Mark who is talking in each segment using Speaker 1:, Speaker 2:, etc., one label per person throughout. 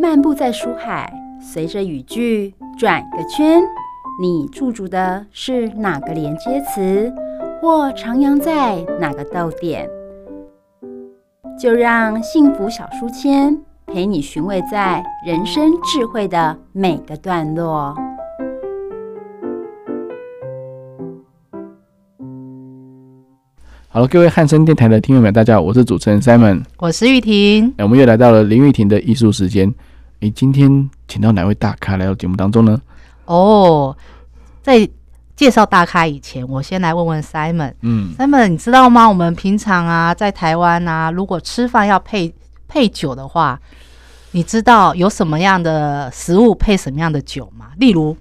Speaker 1: 漫步在书海，随着语句转个圈，你驻足的是哪个连接词，或徜徉在哪个逗点？就让幸福小书签陪你寻味在人生智慧的每个段落。
Speaker 2: 好了，各位汉声电台的听众们，大家好，我是主持人 Simon。
Speaker 3: 我是玉婷，
Speaker 2: 哎，我们又来到了林玉婷的艺术时间。哎，今天请到哪位大咖来到节目当中呢？
Speaker 3: 哦，在介绍大咖以前，我先来问问 Simon。
Speaker 2: 嗯，
Speaker 3: Simon，你知道吗？我们平常啊，在台湾啊，如果吃饭要配配酒的话，你知道有什么样的食物配什么样的酒吗？例如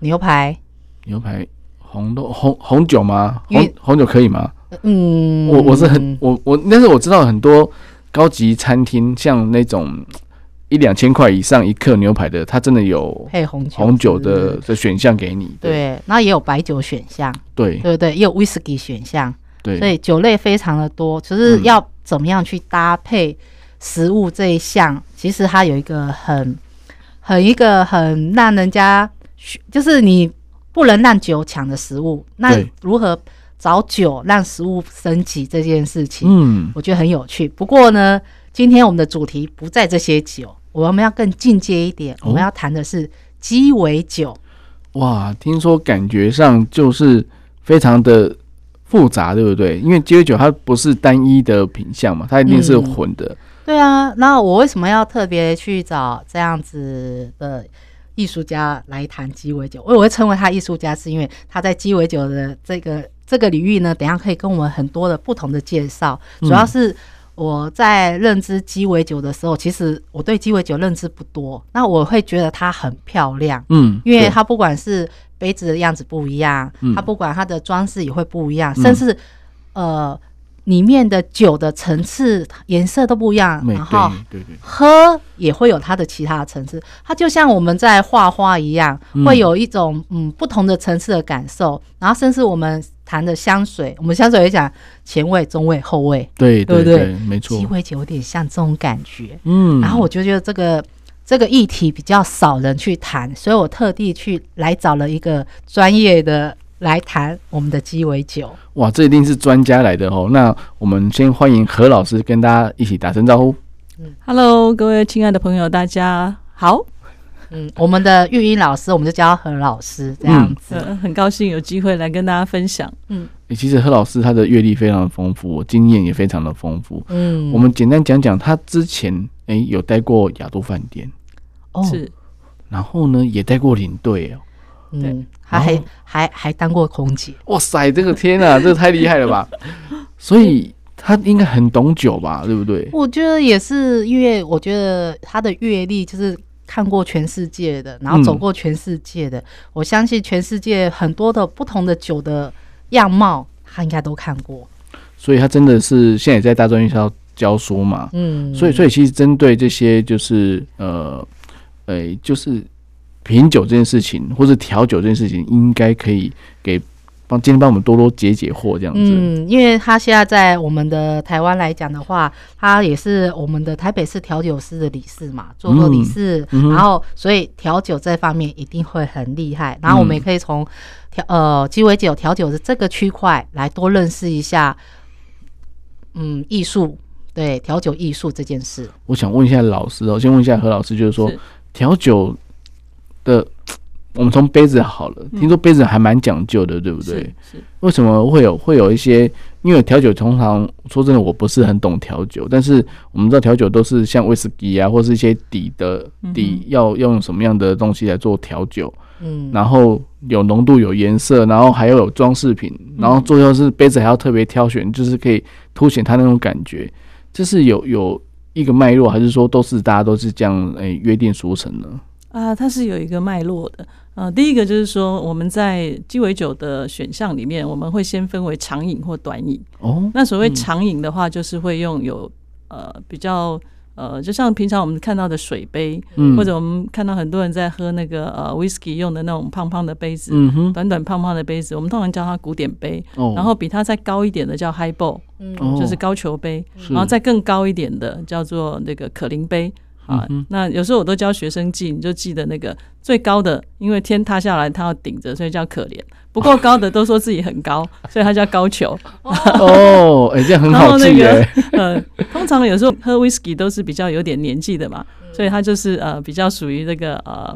Speaker 3: 牛排，
Speaker 2: 牛排红豆红红酒吗？
Speaker 3: 因为
Speaker 2: 红红酒可以吗？
Speaker 3: 嗯，
Speaker 2: 我我是很我我，但是我知道很多高级餐厅，像那种一两千块以上一克牛排的，它真的有
Speaker 3: 配红酒，
Speaker 2: 红酒
Speaker 3: 是不
Speaker 2: 的
Speaker 3: 是
Speaker 2: 的选项给你。
Speaker 3: 对，那也有白酒选项，
Speaker 2: 对
Speaker 3: 对不对？也有 whisky 选项，
Speaker 2: 对
Speaker 3: 所
Speaker 2: 对
Speaker 3: 以酒类非常的多，就是
Speaker 2: 嗯
Speaker 3: 要怎么样去搭配食物这一项，其实它有一个很很一个很让人家学就是你不能让酒抢的食物，那
Speaker 2: 对
Speaker 3: 如何找酒让食物升级这件事情，
Speaker 2: 嗯，
Speaker 3: 我觉得很有趣。不过呢，今天我们的主题不在这些酒，我们要更进阶一点，
Speaker 2: 哦
Speaker 3: 我们要谈的是鸡尾酒。
Speaker 2: 哇，听说感觉上就是非常的复杂，对不对？因为鸡尾酒它不是单一的品相嘛，它一定是
Speaker 3: 嗯
Speaker 2: 混的。
Speaker 3: 对啊，那我为什么要特别去找这样子的艺术家来谈鸡尾酒？我我会称为他艺术家，是因为他在鸡尾酒的这个这个领域呢，等一下可以跟我们很多的不同的介绍。
Speaker 2: 嗯
Speaker 3: 主要是我在认知鸡尾酒的时候，其实我对鸡尾酒认知不多，那我会觉得它很漂亮，
Speaker 2: 嗯，
Speaker 3: 因为
Speaker 2: 对
Speaker 3: 它不管是杯子的样子不一样，
Speaker 2: 嗯
Speaker 3: 它不管它的装饰也会不一样，
Speaker 2: 嗯
Speaker 3: 甚至呃里面的酒的层次、颜色都不一样，
Speaker 2: 美
Speaker 3: 然后
Speaker 2: 对对对，
Speaker 3: 喝也会有它的其他的层次。它就像我们在画画一样，
Speaker 2: 嗯
Speaker 3: 会有一种嗯不同的层次的感受。然后甚至我们谈的香水，我们香水也讲前味、中味、后味，
Speaker 2: 对
Speaker 3: 对不
Speaker 2: 对
Speaker 3: 对
Speaker 2: 没错
Speaker 3: 鸡。尾酒有点像这种感觉。
Speaker 2: 嗯，
Speaker 3: 然后我就觉得这个这个议题比较少人去谈，所以我特地去来找了一个专业的来谈我们的鸡尾酒。
Speaker 2: 哇，这一定是专家来的哦。那我们先欢迎何老师跟大家一起打声招呼。
Speaker 4: Hello，各位亲爱的朋友，大家好。
Speaker 3: 嗯，我们的玉英老师，我们就叫他何老师这样子。
Speaker 4: 呃，很高兴有机会来跟大家分享。
Speaker 2: 诶其实何老师他的阅历非常的丰富，经验也非常的丰富。
Speaker 3: 嗯，
Speaker 2: 我们简单讲讲，他之前诶有待过亚都饭店，
Speaker 3: 哦
Speaker 4: 是，
Speaker 2: 然后呢也待过领队哦。
Speaker 3: 嗯
Speaker 4: 对，
Speaker 3: 他还
Speaker 2: 然后
Speaker 3: 还还当过空姐，
Speaker 2: 哇塞，这个天啊， 这个太厉害了吧！所以他应该很懂酒吧，对不对？
Speaker 3: 我觉得也是，因为我觉得他的阅历就是看过全世界的，然后走过全世界的，我相信全世界很多的不同的酒的样貌，他应该都看过。
Speaker 2: 所以他真的是现在也在大专院校教书嘛。
Speaker 3: 嗯，
Speaker 2: 所以，所以其实针对这些就是呃，呃，就是品酒这件事情，或是调酒这件事情，应该可以给帮今天帮我们多多解解惑这样子。
Speaker 3: 嗯，因为他现在在我们的台湾来讲的话，他也是我们的台北市调酒师的理事嘛，做做理事，
Speaker 2: 嗯哼
Speaker 3: 然后所以调酒这方面一定会很厉
Speaker 2: 嗯
Speaker 3: 害。然后我们也可以从调呃鸡尾酒调酒的这个区块来多认识一下，嗯，艺术对调酒艺术这件事。
Speaker 2: 我想问一下老师哦，先问一下何老师，就是说
Speaker 4: 是
Speaker 2: 调酒的，我们从杯子好了，听说杯子还蛮讲究的，对不对
Speaker 4: 是？是，
Speaker 2: 为什么会有会有一些？因为调酒通常说真的，我不是很懂调酒，但是我们知道调酒都是像威士忌啊，或是一些底的
Speaker 4: 嗯
Speaker 2: 底要用什么样的东西来做调酒，
Speaker 3: 嗯，
Speaker 2: 然后有浓度、有颜色，然后还要有装饰品，然后最后是杯子还要特别挑选，就是可以凸显它那种感觉。这是有有一个脉络，还是说都是大家都是这样诶、约定俗成呢？
Speaker 4: 啊，它是有一个脉络的。呃，第一个就是说，我们在鸡尾酒的选项里面，我们会先分为长饮或短饮。
Speaker 2: 哦，
Speaker 4: 那所谓
Speaker 2: 嗯
Speaker 4: 长饮的话，就是会用有呃比较呃，就像平常我们看到的水杯，
Speaker 2: 嗯
Speaker 4: 或者我们看到很多人在喝那个呃 whisky 用的那种胖胖的杯子，
Speaker 2: 嗯哼，
Speaker 4: 短短胖胖的杯子，我们通常叫它古典杯。
Speaker 2: 哦，
Speaker 4: 然后比它再高一点的叫 high ball，、
Speaker 3: 嗯
Speaker 2: 哦
Speaker 4: 就是高球杯，
Speaker 2: 是
Speaker 4: 然后再更高一点的叫做那个可林杯，好、
Speaker 2: 嗯哼
Speaker 4: 那有时候我都教学生记，你就记得那个最高的，因为天塌下来他要顶着，所以叫可怜；不够高的都说自己 很高，所以他叫高球。
Speaker 2: 哦，哎、这样很
Speaker 4: 然
Speaker 2: 好
Speaker 4: 后那
Speaker 2: 记哎、
Speaker 4: 个呃，通常有时候喝 whisky 都是比较有点年纪的嘛，
Speaker 2: 嗯
Speaker 4: 所以他就是呃比较属于那个呃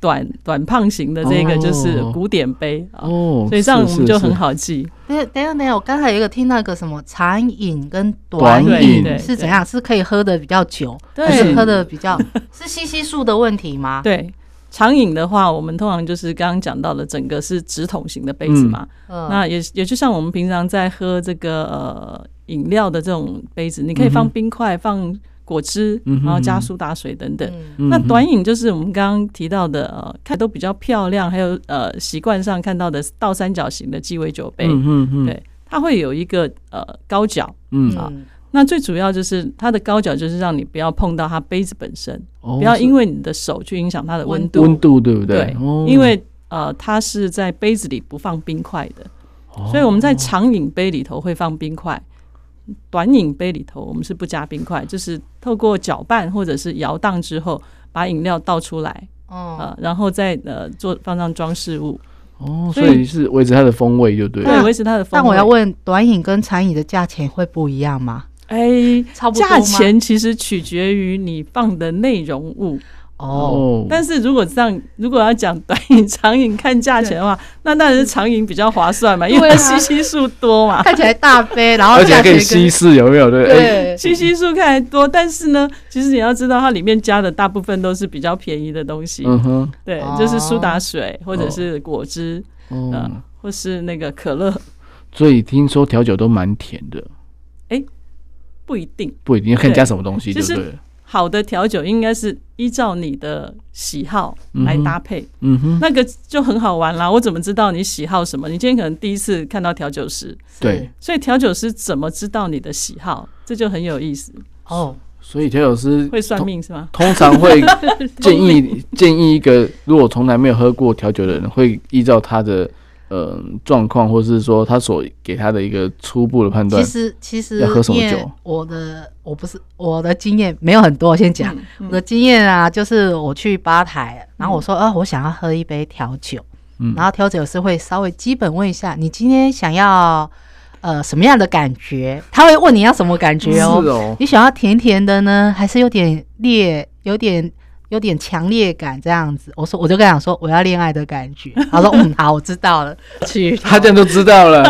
Speaker 4: 短短胖型的这个
Speaker 2: 哦
Speaker 4: 就是古典杯啊，
Speaker 2: 哦，
Speaker 4: 所以这样我们就是很。好记。
Speaker 3: 等一下等一下等一下，我刚才有一个听到一个什么长饮跟
Speaker 2: 短
Speaker 3: 短
Speaker 4: 饮
Speaker 3: 饮
Speaker 4: 对
Speaker 3: 是怎样？是可以喝的比较久，
Speaker 4: 对
Speaker 3: 还是喝的比较是吸吸数的问题
Speaker 2: 啊
Speaker 3: 吗？
Speaker 4: 对，长饮的话，我们通常就是刚刚讲到的，整个是直筒型的杯子嘛。
Speaker 3: 嗯，
Speaker 4: 那也也就像我们平常在喝这个呃饮料的这种杯子，你可以
Speaker 2: 嗯
Speaker 4: 放
Speaker 2: 哼
Speaker 4: 冰块、放果汁，
Speaker 2: 嗯哼
Speaker 4: 然后加
Speaker 2: 嗯哼
Speaker 4: 苏打水等等。
Speaker 3: 嗯
Speaker 2: 是是
Speaker 4: 那
Speaker 2: 嗯
Speaker 4: 短饮就是我们刚刚提到的，呃，看都比较漂亮，还有呃习惯上看到的倒三角形的鸡尾酒杯，
Speaker 2: 嗯嗯嗯，
Speaker 4: 对它会有一个呃高脚。
Speaker 2: 嗯，
Speaker 3: 嗯
Speaker 4: 那最主要就是它的高脚，就是让你不要碰到它杯子本身，
Speaker 2: 哦
Speaker 4: 不要
Speaker 2: 是
Speaker 4: 因为你的手去影响它的温度。
Speaker 2: 温度对不
Speaker 4: 对，
Speaker 2: 哦、
Speaker 4: 因为呃，它是在杯子里不放冰块的，
Speaker 2: 哦
Speaker 4: 所以我们在长饮杯里头会放冰块，短饮杯里头我们是不加冰块，就是透过搅拌或者是摇荡之后，把饮料倒出来，
Speaker 3: 哦
Speaker 4: 呃，然后再呃做放上装饰物，
Speaker 2: 哦，
Speaker 4: 所
Speaker 2: 所
Speaker 4: 以
Speaker 2: 以是维持它的风味就对了。
Speaker 4: 对，维持它的风味。
Speaker 3: 但我要，问，短饮跟长饮的价钱会不一样吗？
Speaker 4: 哎，
Speaker 3: 差不多吗
Speaker 4: 价钱其实取决于你放的内容物，
Speaker 2: 嗯
Speaker 3: 哦，
Speaker 4: 但是如果这样，如果要讲短饮、长饮看价钱的话，那当然是长饮比较划算嘛，因为
Speaker 3: 对啊
Speaker 4: 它吸吸数多嘛。
Speaker 3: 看起来大杯，然后
Speaker 2: 而且还
Speaker 3: 价
Speaker 2: 可
Speaker 3: 钱
Speaker 2: 以稀释，有没有？对，哎
Speaker 3: 对，
Speaker 4: 七夕数看来多，但是呢，其实你要知道，它里面加的大部分都是比较便宜的东西，
Speaker 2: 嗯哼，
Speaker 4: 对，
Speaker 3: 哦
Speaker 4: 就是苏打水或者是果汁，
Speaker 2: 哦
Speaker 4: 嗯，或是那个可乐，
Speaker 2: 所以听说调酒都蛮甜的，
Speaker 4: 不一定。
Speaker 2: 不一定要看加什么东西，
Speaker 4: 对
Speaker 2: 对不
Speaker 4: 就
Speaker 2: 对？
Speaker 4: 好的调酒应该是依照你的喜好来搭配，
Speaker 2: 嗯哼，
Speaker 4: 那个就很好玩啦。我怎么知道你喜好什么？你今天可能第一次看到调酒师，
Speaker 2: 对，
Speaker 4: 所以调酒师怎么知道你的喜好？这就很有意思。
Speaker 3: 哦，
Speaker 2: 所以调酒师
Speaker 4: 会算
Speaker 2: 通
Speaker 4: 命是吗？
Speaker 2: 通常会建 议建议一个如果从来没有喝过调酒的人，会依照他的呃状况，或是说他所给他的一个初步的判断
Speaker 3: 其。实其实
Speaker 2: 要喝什么
Speaker 3: 因为
Speaker 2: 酒
Speaker 3: 我的我不是我的经验没有很多，我先讲、
Speaker 4: 嗯
Speaker 3: 我的经验啊，就是我去吧台，然后我说、啊，我想要喝一杯调酒，
Speaker 2: 嗯
Speaker 3: 然后调酒师会稍微基本问一下你今天想要呃什么样的感觉，他会问你要什么感觉哦，
Speaker 2: 是哦，
Speaker 3: 你想要甜甜的呢，还是有点烈，有点。有点强烈感这样子，我说我就跟他讲说我要恋爱的感觉，他说嗯好我知道了，去
Speaker 2: 他 这样都知道 了，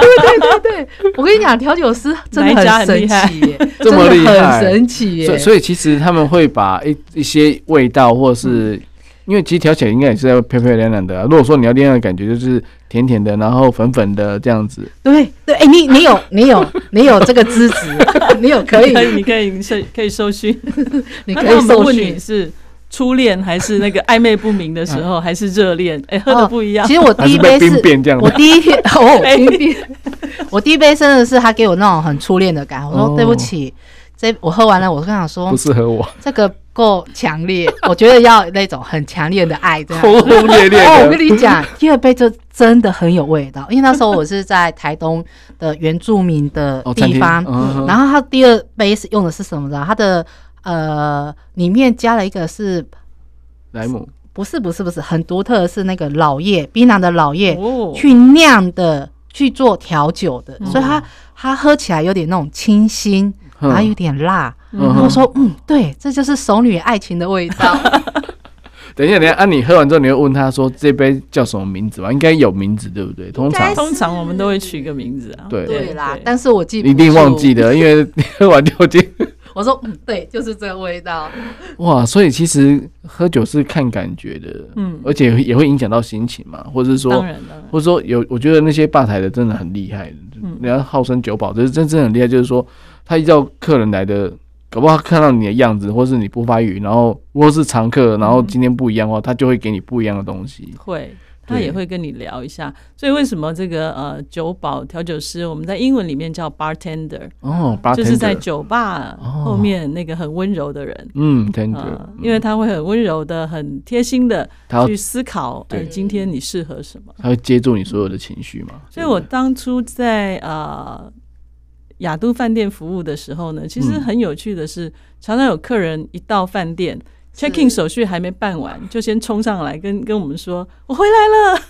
Speaker 3: 我跟你讲，调酒师真的很神奇耶，
Speaker 2: 这么厉
Speaker 3: 真的
Speaker 2: 害
Speaker 3: 很神奇耶。
Speaker 2: 所以所以其实他们会把一一些味道，或是、
Speaker 3: 嗯
Speaker 2: 因为其实调起来应该也是要漂漂亮亮的、啊。如果说你要恋爱的感觉，就是甜甜的，然后粉粉的这样子。
Speaker 3: 对对，哎、你你有你有你有这个资质，你有可以
Speaker 4: 可以，你可以你是可以收讯。
Speaker 3: 你
Speaker 4: 那
Speaker 3: 可以
Speaker 4: 他们
Speaker 3: 受
Speaker 4: 问你
Speaker 3: 训。
Speaker 4: 是初恋还是那个暧昧不明的时候，还是热恋？哎、喝的不一
Speaker 3: 嗯
Speaker 4: 样
Speaker 3: 哦其。实我第一杯
Speaker 2: 还是被兵变这样子
Speaker 3: 我第一天 哦，我第一天我第一杯真的是他给我那种很初恋的感，我说
Speaker 2: 哦
Speaker 3: 对不起，这我喝完了，我跟他说
Speaker 2: 不适合我，
Speaker 3: 这个够强烈，我觉得要那种很强烈的爱 这样。
Speaker 2: 轰轰烈烈
Speaker 3: 啊哦，我
Speaker 2: 的
Speaker 3: 跟。你讲，第二杯就真的很有味道，因为那时候我是在台东的原住民的
Speaker 2: 哦餐
Speaker 3: 地
Speaker 2: 厅
Speaker 3: 方，
Speaker 2: 嗯哼
Speaker 3: 然后它第二杯是用的是什么呢？它的呃里面加了一个是
Speaker 2: 莱姆
Speaker 3: 不是不是不是很独特的是那个老叶槟榔的老叶、
Speaker 4: 哦
Speaker 3: 去酿的去做调酒的，
Speaker 2: 哦
Speaker 4: 嗯
Speaker 3: 所以它它喝起来有点那种清新，
Speaker 2: 嗯
Speaker 3: 然后有点辣。
Speaker 2: 嗯
Speaker 3: 然后我说，嗯，对，这就是熟女爱情的味道。
Speaker 2: 等一下，等一下，啊，你喝完之后，你会问他说这杯叫什么名字吧？应该有名字，对不对？通常
Speaker 3: 应该
Speaker 4: 通常我们都会取一个名字啊。
Speaker 2: 对
Speaker 3: 对啦，但是我记不
Speaker 2: 你一定忘
Speaker 3: 住
Speaker 2: 记的，因为你喝完就已 经
Speaker 3: 我说，嗯，对，就是这个味道。
Speaker 2: 哇。所以其实喝酒是看感觉的，
Speaker 4: 嗯
Speaker 2: 而且也会影响到心情嘛，或者是说
Speaker 4: 当然当然。
Speaker 2: 或者说有，我觉得那些吧台的真的很厉害，
Speaker 4: 嗯
Speaker 2: 人家号称酒保，这是真正很厉害。就是说，他依照客人来的，搞不好看到你的样子，或是你不发语，然后如果是常客，然后今天不一样的话，他就会给你不一样的东西。
Speaker 4: 会，他
Speaker 2: 对
Speaker 4: 也会跟你聊一下。所以为什么这个呃酒保调酒师，我们在英文里面叫 bartender，
Speaker 2: 哦，
Speaker 4: 就是在
Speaker 2: bartender，哦
Speaker 4: 酒吧后面那个很温柔的人。
Speaker 2: 嗯
Speaker 4: 啊
Speaker 2: ，tender，
Speaker 4: 因为他会很温柔的、很贴心的
Speaker 2: 他要
Speaker 4: 去思考，
Speaker 2: 对
Speaker 4: 哎，今天你适合什么？
Speaker 2: 他会接住你所有的情绪嘛。
Speaker 4: 所以我当初在呃雅都饭店服务的时候呢，其实
Speaker 2: 嗯
Speaker 4: 很有趣的是，常常有客人一到饭店， check in 手续还没办完，就先冲上来跟跟我们说我回来了，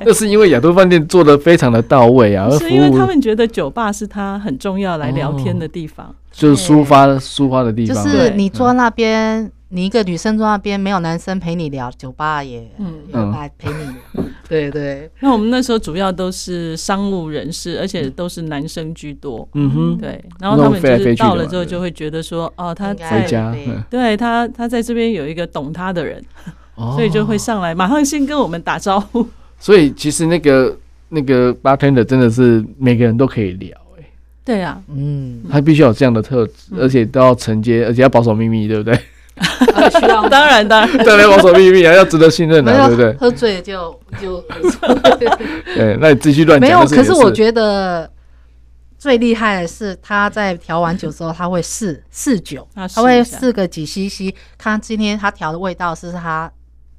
Speaker 2: 那是因为雅都饭店做的非常的到位啊，而服
Speaker 4: 是因为他
Speaker 2: 务
Speaker 4: 们觉得酒吧是他很重要来聊天的地
Speaker 2: 哦
Speaker 4: 方，
Speaker 2: 就是抒发抒发的地
Speaker 3: 就
Speaker 2: 方。
Speaker 3: 是
Speaker 4: 对
Speaker 3: 你坐那边，你一个女生坐那边，没有男生陪你聊，酒吧也
Speaker 4: 嗯
Speaker 3: 也来陪你聊，对对，
Speaker 4: 那我们那时候主要都是商务人士，而且都是男生居多。
Speaker 2: 嗯哼，
Speaker 4: 对，然后他
Speaker 2: 那
Speaker 4: 们就
Speaker 2: 种飞来飞
Speaker 4: 是
Speaker 2: 去的嘛
Speaker 4: 到了之后
Speaker 2: 对
Speaker 4: 就会觉得说，哦，他
Speaker 3: 应该
Speaker 2: 回
Speaker 4: 在
Speaker 2: 家
Speaker 3: 对，
Speaker 2: 嗯
Speaker 4: 对他他在这边有一个懂他的人，
Speaker 2: 哦
Speaker 4: 所以就会上来马上先跟我们打招呼。
Speaker 2: 所以其实那个那个 bartender 真的是每个人都可以聊、欸，
Speaker 4: 对啊，
Speaker 3: 嗯，
Speaker 2: 他必须有这样的特质，而且都要承接，而且要保守秘密，对不 对？
Speaker 3: 啊需要
Speaker 4: 当然当然，
Speaker 2: 当然保守秘密啊，要值得信任
Speaker 3: 没
Speaker 2: 啊，对
Speaker 3: 有
Speaker 2: 不对？
Speaker 3: 喝醉就 就
Speaker 2: 对，那你继续乱讲。
Speaker 3: 没有，
Speaker 2: 那
Speaker 3: 可
Speaker 2: 是
Speaker 3: 是
Speaker 2: 你的
Speaker 3: 我
Speaker 2: 事
Speaker 3: 觉得。最厉害的是他在调完酒之后，他会试试酒，
Speaker 4: 他
Speaker 3: 他
Speaker 4: 试
Speaker 3: 会
Speaker 4: 一下
Speaker 3: 试个几 CC，看今天他调的味道是他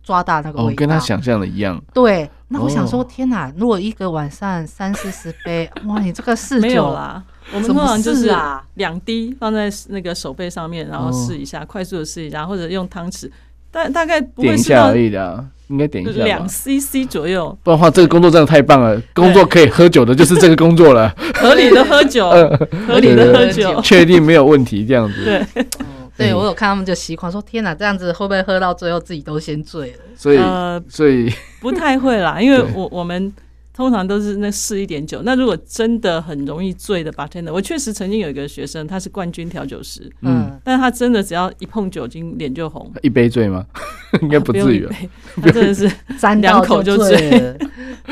Speaker 3: 抓到那个
Speaker 2: 哦，
Speaker 3: 味道。
Speaker 2: 跟他想象的一样，
Speaker 3: 对，那我想说，
Speaker 2: 哦
Speaker 3: 天哪！如果一个晚上三四十 杯，哇，你这个试
Speaker 4: 没有
Speaker 3: 酒
Speaker 4: 啦，我们
Speaker 3: 怎
Speaker 4: 通
Speaker 3: 么
Speaker 4: 常就
Speaker 3: 试
Speaker 4: 是
Speaker 3: 啊
Speaker 4: 两滴放在那个手背上面，然后
Speaker 2: 哦
Speaker 4: 试一下，快速的试一下，或者用汤匙，大大概不
Speaker 2: 点
Speaker 4: 会
Speaker 2: 一
Speaker 4: 试
Speaker 2: 下
Speaker 4: 到
Speaker 2: 而已的啊，应该点一下吧
Speaker 4: 两。CC 左右，
Speaker 2: 不然的话，这个工作真的太棒了，工作可以喝酒的就是这个工作了，
Speaker 4: 合理的喝 酒，合理的喝酒，
Speaker 2: 确定没有问题这 样子。
Speaker 4: 对，
Speaker 3: 嗯对我有看他们就习惯说，天哪，这样子会不会喝到最后自己都先醉了？
Speaker 2: 所以
Speaker 4: 呃，
Speaker 2: 所以
Speaker 4: 不太会啦，因为
Speaker 2: 对
Speaker 4: 我我们通常都是那试一点酒。那如果真的很容易醉的 bartender，我确实曾经有一个学生，他是冠军调酒师，
Speaker 2: 嗯
Speaker 3: 嗯，
Speaker 4: 但他真的只要一碰酒精，脸就红，
Speaker 2: 一杯醉吗？ 应该不
Speaker 4: 用
Speaker 2: 至于啊
Speaker 4: 一
Speaker 2: 吧。
Speaker 4: 杯，他真的是
Speaker 3: 嗯沾
Speaker 4: 两
Speaker 3: 到
Speaker 4: 口就哦
Speaker 3: 醉了。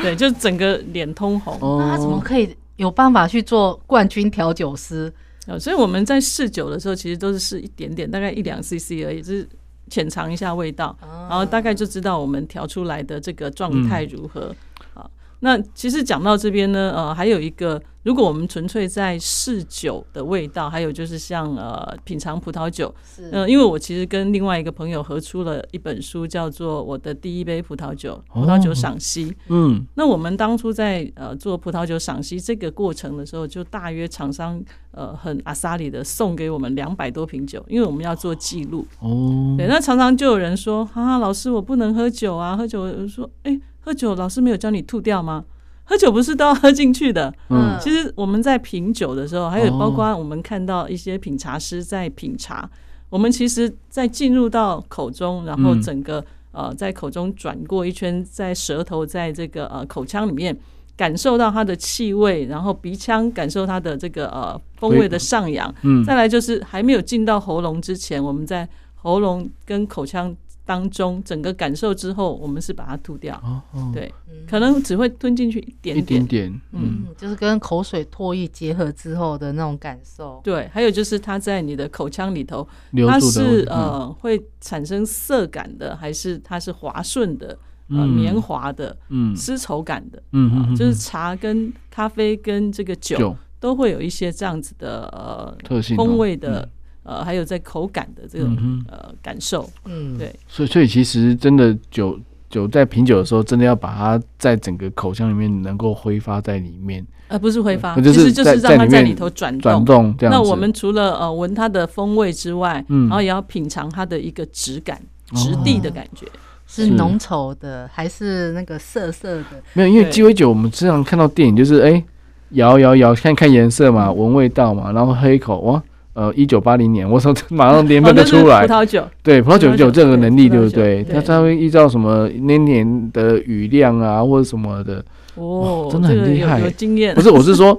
Speaker 4: 对，就整个脸通红。
Speaker 2: 哦
Speaker 3: 那他怎么可以有办法去做冠军调酒师？
Speaker 4: 呃，所以我们在试酒的时候，其实都是试一点点，大概一两 CC 而已，就是浅尝一下味道，
Speaker 3: 啊
Speaker 4: 然后大概就知道我们调出来的这个状态如何。啊，那其实讲到这边呢，呃，还有一个，如果我们纯粹在试酒的味道，还有就是像呃品尝葡萄酒，
Speaker 3: 是
Speaker 4: 嗯、因为我其实跟另外一个朋友合出了一本书，叫做《我的第一杯葡萄酒：葡萄酒
Speaker 2: 哦
Speaker 4: 赏析》。
Speaker 2: 嗯，
Speaker 4: 那我们当初在呃做葡萄酒赏析这个过程的时候，就大约厂商呃很阿萨里的送给我们两百多瓶酒，因为我们要做记录。
Speaker 2: 哦，
Speaker 4: 对，那常常就有人说啊，老师我不能喝酒啊，喝酒。我说哎、喝酒老师没有教你吐掉吗？喝酒不是都要喝进去的。
Speaker 2: 嗯
Speaker 3: 嗯
Speaker 4: 其实我们在品酒的时候，还有
Speaker 2: 哦
Speaker 4: 包括我们看到一些品茶师在品茶，我们其实，在进入到口中，然后
Speaker 2: 嗯
Speaker 4: 整个、呃在口中转过一圈，在舌头在这个呃口腔里面感受到它的气味，然后鼻腔感受它的这个呃风味的上扬，
Speaker 2: 嗯，
Speaker 4: 再来就是还没有进到喉咙之前，我们在喉咙跟口腔当中整个感受之后，我们是把它吐掉，
Speaker 2: 哦哦
Speaker 4: 对，可能只会吞进去一点
Speaker 2: 一
Speaker 4: 点
Speaker 2: 点。点，嗯，
Speaker 3: 嗯，就是跟口水唾液结合之后的那种感受。
Speaker 4: 对，还有就是它在你的口腔里头，
Speaker 2: 留
Speaker 4: 它
Speaker 2: 住的问
Speaker 4: 是
Speaker 2: 题，嗯
Speaker 4: 呃会产生涩感的，还是它是滑顺的、呃
Speaker 2: 嗯
Speaker 4: 绵滑的、
Speaker 2: 嗯
Speaker 4: 丝绸感的？
Speaker 2: 嗯
Speaker 4: 啊
Speaker 2: 嗯，嗯
Speaker 4: 就是
Speaker 2: 嗯
Speaker 4: 茶跟咖啡跟这个酒
Speaker 2: 酒
Speaker 4: 都会有一些这样子的呃
Speaker 2: 特性哦嗯
Speaker 4: 风味的、呃，还有在口感的这种、
Speaker 2: 嗯哼
Speaker 4: 呃感受。
Speaker 3: 嗯，
Speaker 4: 对
Speaker 2: 所以，所以其实真的酒酒在品酒的时候，真的要把它在整个口腔里面能够挥发在里面
Speaker 4: 呃，不是挥发，
Speaker 2: 呃就是
Speaker 4: 其实就是
Speaker 2: 在
Speaker 4: 让它
Speaker 2: 在
Speaker 4: 在
Speaker 2: 里面
Speaker 4: 里头转
Speaker 2: 转
Speaker 4: 动。
Speaker 2: 动这样子。
Speaker 4: 那我们除了呃闻它的风味之外，
Speaker 2: 嗯哦
Speaker 4: 然后也要品尝它的一个质感、质地的感觉。
Speaker 3: 是浓稠的还是那个涩涩的？
Speaker 2: 没有，因为
Speaker 4: 对
Speaker 2: 鸡尾酒我们经常看到电影就是哎摇摇摇，看看颜色
Speaker 4: 嗯
Speaker 2: 嘛，闻味道嘛，然后喝一口哇。呃，一九八零年，我说 马上年
Speaker 4: 哦
Speaker 2: 份就
Speaker 4: 那是
Speaker 2: 出来
Speaker 4: 葡，萄酒，
Speaker 2: 对，葡萄酒
Speaker 4: 葡萄
Speaker 2: 就有
Speaker 4: 酒
Speaker 2: 这个
Speaker 4: 对
Speaker 2: 能力，
Speaker 4: 葡萄
Speaker 2: 对不
Speaker 4: 酒
Speaker 2: 对？
Speaker 4: 对
Speaker 2: 它它会依照什么那年的雨量啊，或者什么 的，
Speaker 4: 哦
Speaker 2: 哇，真的很
Speaker 4: 这个
Speaker 2: 厉
Speaker 4: 有
Speaker 2: 害
Speaker 4: 有经验
Speaker 2: 不。是，我是说，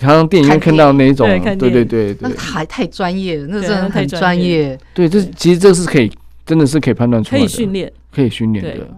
Speaker 2: 好像电影院看到那一种
Speaker 4: 看电，影
Speaker 2: 对对
Speaker 4: 对
Speaker 2: 对
Speaker 3: 那
Speaker 2: 对
Speaker 3: 还太专业了，那
Speaker 4: 对
Speaker 3: 真的
Speaker 4: 那太
Speaker 3: 很
Speaker 4: 专
Speaker 3: 专
Speaker 4: 业
Speaker 3: 业。
Speaker 2: 对，这其实这是可以，真的是可以判断出
Speaker 4: 可
Speaker 2: 来的，
Speaker 4: 以训练，
Speaker 2: 可以训练的。
Speaker 4: 对对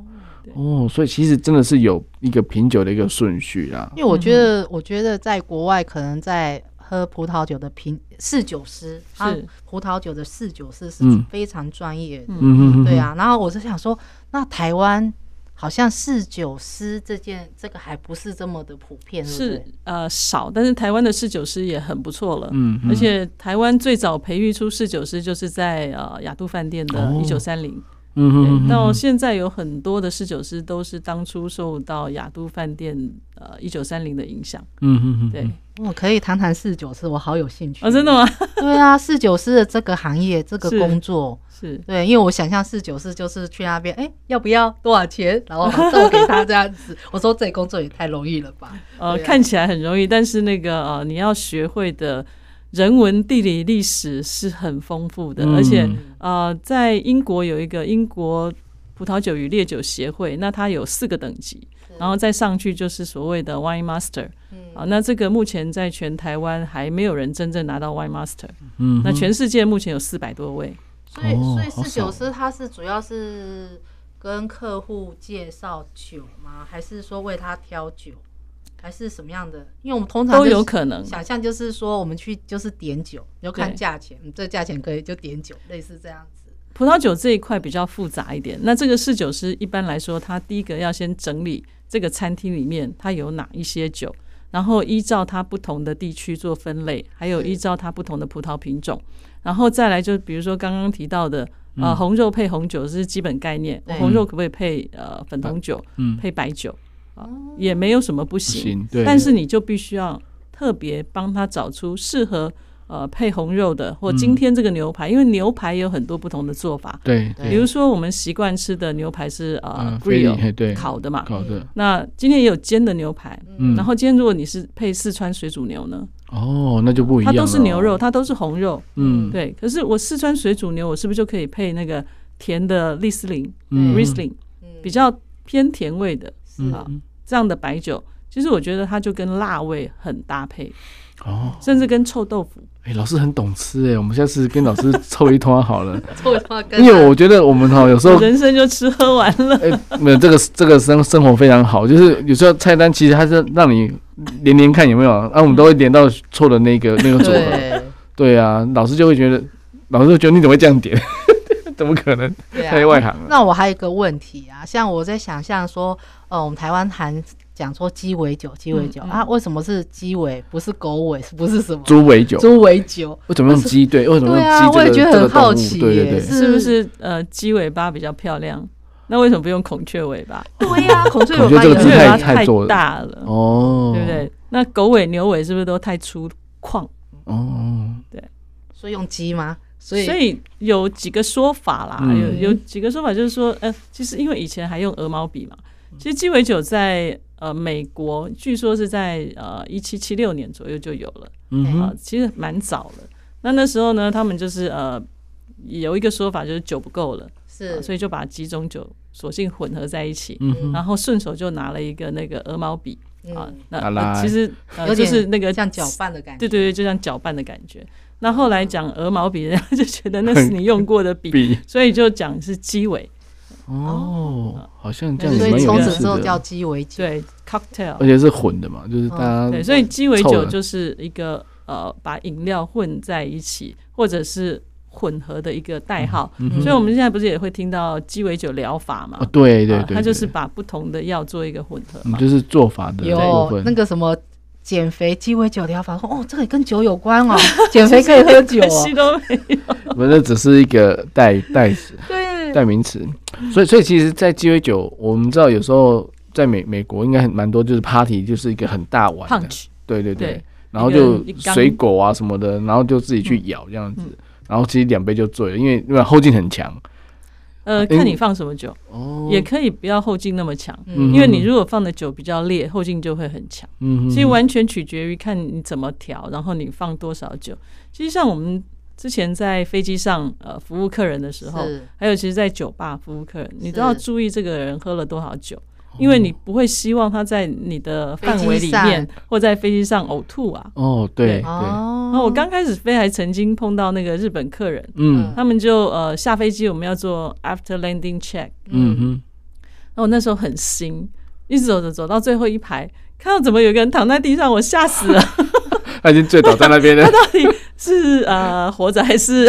Speaker 2: 哦，所以其实真的是有一个品酒的一个顺序啦。
Speaker 3: 因为
Speaker 4: 嗯
Speaker 3: 我觉得，我觉得在国外可能在喝葡萄酒的品侍酒师，他
Speaker 4: 是
Speaker 3: 葡萄酒的侍酒师是
Speaker 2: 嗯
Speaker 3: 非常专业的，
Speaker 2: 嗯哼哼，
Speaker 3: 对，啊。然后我是想说，那台湾好像侍酒师这件这个还不是这么的普遍，对不
Speaker 4: 是
Speaker 3: 对
Speaker 4: 呃少，但是台湾的侍酒师也很不错了。
Speaker 2: 嗯，
Speaker 4: 而且台湾最早培育出侍酒师，就是在呃雅都饭店的
Speaker 2: 哦
Speaker 4: 一九三零，
Speaker 2: 嗯
Speaker 4: 对
Speaker 2: 哼，
Speaker 4: 到现在有很多的侍酒师都是当初受到雅都饭店呃一九三零的影响。
Speaker 2: 嗯哼哼，
Speaker 4: 对
Speaker 2: 嗯，
Speaker 3: 我可以谈谈侍酒师，我好有兴趣
Speaker 4: 哦，真的？吗？
Speaker 3: 对啊，侍酒师的这个行业，这个
Speaker 4: 是
Speaker 3: 工作，
Speaker 4: 是
Speaker 3: 对，因为我想象侍酒师就是去那边，哎、要不要多少钱，然后马上我给他这样子。 我说这工作也太容易了吧？
Speaker 4: 呃，
Speaker 3: 对啊
Speaker 4: 看起来很容易，但是那个呃，你要学会的人文、地理、历史是很丰富的，
Speaker 2: 嗯
Speaker 4: 而且呃，在英国有一个英国葡萄酒与烈酒协会，那它有四个等级，然后再上去就是所谓的 Wine Master
Speaker 3: 嗯
Speaker 4: 啊、那这个目前在全台湾还没有人真正拿到 Wine Master，、
Speaker 2: 嗯哼，
Speaker 4: 那全世界目前有四百多位，
Speaker 3: 所以，
Speaker 2: 哦
Speaker 3: 所以
Speaker 2: 好
Speaker 3: 侍酒
Speaker 2: 少
Speaker 3: 师他是主要是跟客户介绍酒吗？还是说为他挑酒？还是什么样的？因为我们通常
Speaker 4: 都
Speaker 3: 就
Speaker 4: 有
Speaker 3: 是
Speaker 4: 可能。
Speaker 3: 想象就是说，我们去就是点酒，要看
Speaker 4: 对
Speaker 3: 价钱，嗯，这价钱可以就点酒，类似这样子。
Speaker 4: 葡萄酒这一块比较复杂一点。那这个侍酒师一般来说，他第一个要先整理这个餐厅里面它有哪一些酒，然后依照它不同的地区做分类，还有
Speaker 3: 是
Speaker 4: 依照它不同的葡萄品种，然后再来就比如说刚刚提到的。呃，红肉配红酒是基本概念。
Speaker 3: 对
Speaker 4: 红肉可不可以配呃粉红酒，
Speaker 2: 嗯
Speaker 4: 配白酒啊？也没有什么不
Speaker 2: 不
Speaker 4: 行。
Speaker 2: 行，对，
Speaker 4: 但是你就必须要特别帮他找出适合呃配红肉的，
Speaker 2: 嗯
Speaker 4: 或今天这个牛排，因为牛排有很多不同的做法。
Speaker 2: 对
Speaker 3: 对
Speaker 4: 比如说，我们习惯吃的牛排是呃
Speaker 2: 嗯菲力
Speaker 4: grill
Speaker 2: 对
Speaker 4: 烤的嘛，
Speaker 2: 搞的，
Speaker 4: 那今天也有煎的牛排。
Speaker 2: 嗯，
Speaker 4: 然后今天如果你是配四川水煮牛呢，
Speaker 2: 哦，那就不一
Speaker 4: 它
Speaker 2: 样，哦
Speaker 4: 都是牛肉，，它都是红肉，
Speaker 2: 嗯，
Speaker 4: 对。可是我四川水煮牛，我是不是就可以配那个甜的利斯林
Speaker 2: 嗯
Speaker 4: （Riesling）
Speaker 3: 嗯
Speaker 4: 比较偏甜味的
Speaker 3: 是
Speaker 4: 啊这样的白酒？其实我觉得它就跟辣味很搭配，
Speaker 2: 哦，
Speaker 4: 甚至跟臭豆腐。
Speaker 2: 哎，老师很懂吃哎，我们下次跟老师凑一通好 了，
Speaker 3: 错话
Speaker 4: 啊
Speaker 3: 跟
Speaker 2: 因为我觉得我们哈有时候
Speaker 4: 我。人生就吃喝玩乐。
Speaker 2: 哎，没有这个这个生生活非常好，就是有时候菜单其实它是让你连连看有没有，啊，我们都会连到错的那
Speaker 4: 嗯
Speaker 2: 个那个组合，
Speaker 3: 对
Speaker 2: 对啊，老师就会觉得，老师就觉得你怎么会这样点？ 怎么可能？
Speaker 3: 对
Speaker 2: 太
Speaker 3: 啊。
Speaker 2: 外行了。
Speaker 3: 那我还有一个问题啊，像我在想象说，呃，我们台湾含讲说鸡尾酒，鸡尾酒、
Speaker 4: 嗯嗯
Speaker 3: 啊，为什么是鸡尾，不是狗尾，是不是什么
Speaker 2: 猪尾酒，
Speaker 3: 猪尾酒？
Speaker 2: 为什么用鸡？对，为什么
Speaker 3: 对
Speaker 2: 用
Speaker 3: 啊，
Speaker 2: 鸡
Speaker 3: 我
Speaker 2: 这
Speaker 3: 也
Speaker 2: 个
Speaker 3: 觉得
Speaker 2: 这个
Speaker 3: 很
Speaker 2: 动
Speaker 3: 好
Speaker 2: 物？
Speaker 3: 奇
Speaker 2: 对对
Speaker 3: 耶，
Speaker 2: 对，
Speaker 4: 是不？是呃鸡尾巴比较漂亮？那为什么不用孔雀尾巴？
Speaker 3: 对 呀、孔雀
Speaker 2: 我
Speaker 3: 尾
Speaker 2: 觉得这个
Speaker 3: 巴有
Speaker 4: 孔
Speaker 2: 字
Speaker 4: 雀尾巴
Speaker 2: 太太做了
Speaker 4: 大了，
Speaker 2: 哦，
Speaker 4: 对不？对？那狗尾牛尾是不是都太粗犷？
Speaker 2: 哦，
Speaker 3: 所以用鸡吗？所
Speaker 4: 所
Speaker 3: 以
Speaker 4: 以有几个说法啦，
Speaker 2: 嗯
Speaker 4: 有有几个说法就是说，呃，其实因为以前还用鹅毛笔嘛，
Speaker 2: 嗯
Speaker 4: 其实鸡尾酒在呃美国据说是在呃一七七六年左右就有了。
Speaker 2: 嗯
Speaker 4: 啊
Speaker 2: 哼，，
Speaker 4: 其实蛮早了。那那时候呢，他们就是呃，有一个说法就是酒不够了，
Speaker 3: 是
Speaker 4: 啊所以就把几种酒索性混合在一起，
Speaker 2: 嗯哼，
Speaker 4: 然后顺手就拿了一个那个鹅毛笔啊
Speaker 3: 嗯，
Speaker 4: 那
Speaker 2: 拿
Speaker 4: 那
Speaker 2: 来
Speaker 4: 其实呃
Speaker 3: 有
Speaker 4: 就
Speaker 3: 点
Speaker 4: 是那个
Speaker 3: 像搅，拌嗯的感觉。
Speaker 4: 对对对，就像搅拌的感觉。那后来讲鹅毛笔，人家就觉 得那是你用过的笔，
Speaker 2: 比
Speaker 4: 所以就讲是鸡尾，
Speaker 2: 哦，好像这样
Speaker 4: 对
Speaker 2: 也
Speaker 3: 所
Speaker 2: 蛮
Speaker 3: 以
Speaker 2: 有
Speaker 3: 从
Speaker 2: 意
Speaker 3: 此
Speaker 2: 思
Speaker 3: 之后叫嗯
Speaker 2: 的，
Speaker 3: 鸡尾酒。
Speaker 4: 对 cocktail，
Speaker 2: 而且是混的嘛，就是大家
Speaker 4: 对，所以鸡尾
Speaker 2: 凑
Speaker 4: 酒
Speaker 2: 哎了
Speaker 4: 就是一个呃，把饮料混在一起，或者是混合的一个代号。
Speaker 2: 嗯
Speaker 4: 所以我们现在不是也会听到鸡尾酒疗法嘛？
Speaker 2: 哦，对对
Speaker 4: 啊
Speaker 2: 对，
Speaker 4: 它就是
Speaker 2: 对
Speaker 4: 把不同的药做一个混合
Speaker 2: 嗯
Speaker 4: 嘛。
Speaker 2: 就是做法的部
Speaker 3: 有那
Speaker 2: 分，
Speaker 3: 个什么减肥鸡尾酒疗法，说哦，这个也跟酒有关 哦，减肥可以喝酒
Speaker 4: 可
Speaker 3: 哦
Speaker 4: 惜。都 没
Speaker 2: 我们那只是一个代代词
Speaker 3: 对，
Speaker 2: 代名 词，所以所以其实，在鸡尾酒，我们知道有时候在美美国应该很蛮多，就是 party 就是一个很大碗的，
Speaker 4: punch，
Speaker 2: 对对对
Speaker 4: 对，
Speaker 2: 然后
Speaker 4: 一个嗯人
Speaker 2: 就
Speaker 4: 一缸
Speaker 2: 水果啊什么的，然后就自己去舀这样子，然后其实两杯就醉了，因为因为后劲很强
Speaker 4: 呃，
Speaker 2: 诶
Speaker 4: 看你放什么酒，
Speaker 2: 哎哦
Speaker 4: 也可以不要后劲那么强，
Speaker 2: 嗯
Speaker 4: 因为你如果放的酒比较烈，后劲就会很强。
Speaker 2: 嗯
Speaker 4: 所以完全取决于看你怎么调，然后你放多少酒。其实像我们之前在飞机上呃服务客人的时候
Speaker 3: 是，
Speaker 4: 还有其实，在酒吧服务客人，你
Speaker 3: 是哦
Speaker 4: 都要注意这个人喝了多少酒，因为你不会希望他在你的范围里面
Speaker 3: 飞
Speaker 4: 或在飞机上呕吐啊。
Speaker 2: 哦对
Speaker 4: 对
Speaker 2: 对
Speaker 3: 哦，
Speaker 4: 然后我刚开始飞还曾经碰到那个日本客人，
Speaker 2: 嗯
Speaker 4: 他们就呃下飞机我们要做 after landing check，
Speaker 2: 嗯哼
Speaker 4: 那我那时候很新，一直走着走到最后一排，看到怎么有一个人躺在地上，我吓死了。
Speaker 2: 他已经醉倒在那 边了
Speaker 4: 到底是呃活着 还是？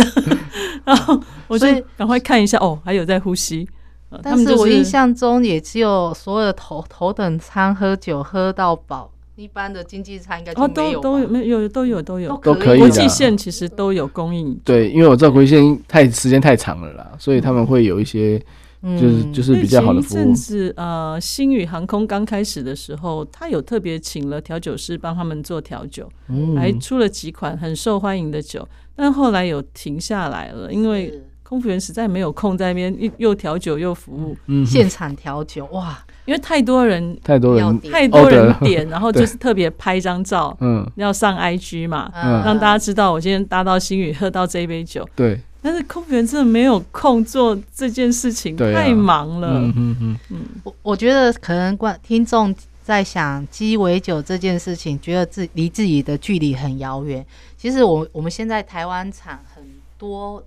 Speaker 4: 然后我就
Speaker 3: 所以
Speaker 4: 赶快看一下，哦，还有在呼吸。呃他
Speaker 3: 但
Speaker 4: 们
Speaker 3: 是
Speaker 4: 就
Speaker 3: 我印象中也只有所有的头头等舱喝酒喝到饱一般的经济舱应该就
Speaker 4: 哦，
Speaker 3: 没
Speaker 4: 都
Speaker 3: 有
Speaker 4: 都有
Speaker 3: 吧
Speaker 4: 没有都有都有，
Speaker 2: 都可以
Speaker 4: 国
Speaker 2: 的
Speaker 4: 际线其实都有供应，
Speaker 2: 对，因为我知道国际线太时间太长了啦，所以他们会有一些就是、
Speaker 3: 嗯
Speaker 2: 就是比较好的服
Speaker 4: 所以前一
Speaker 2: 务
Speaker 4: 阵。子呃，星宇航空刚开始的时候，他有特别请了调酒师帮他们做调酒，还
Speaker 2: 嗯，
Speaker 4: 出了几款很受欢迎的酒，但后来有停下来了，因为
Speaker 3: 是
Speaker 4: 空服员实在没有空在那边一又调酒又服务，
Speaker 2: 嗯
Speaker 3: 现场调酒哇，
Speaker 4: 因为太多人
Speaker 2: 太多
Speaker 3: 要
Speaker 2: 人，
Speaker 3: 点
Speaker 4: 太多人
Speaker 2: Order
Speaker 4: 点，然后
Speaker 2: 哦对
Speaker 4: 就是特别拍张照
Speaker 2: 嗯，
Speaker 4: 要上 IG 嘛，
Speaker 2: 嗯
Speaker 4: 让大家知道我今天搭到星宇喝到这一杯酒。
Speaker 2: 对，
Speaker 4: 但是空服员真的没有空做这件事情，
Speaker 2: 对啊
Speaker 4: 太忙了。
Speaker 2: 嗯嗯嗯，
Speaker 3: 我我觉得可能观听众在想鸡尾酒这件事情，觉得自离自己的距离很遥远。其实我我们现在台湾厂很多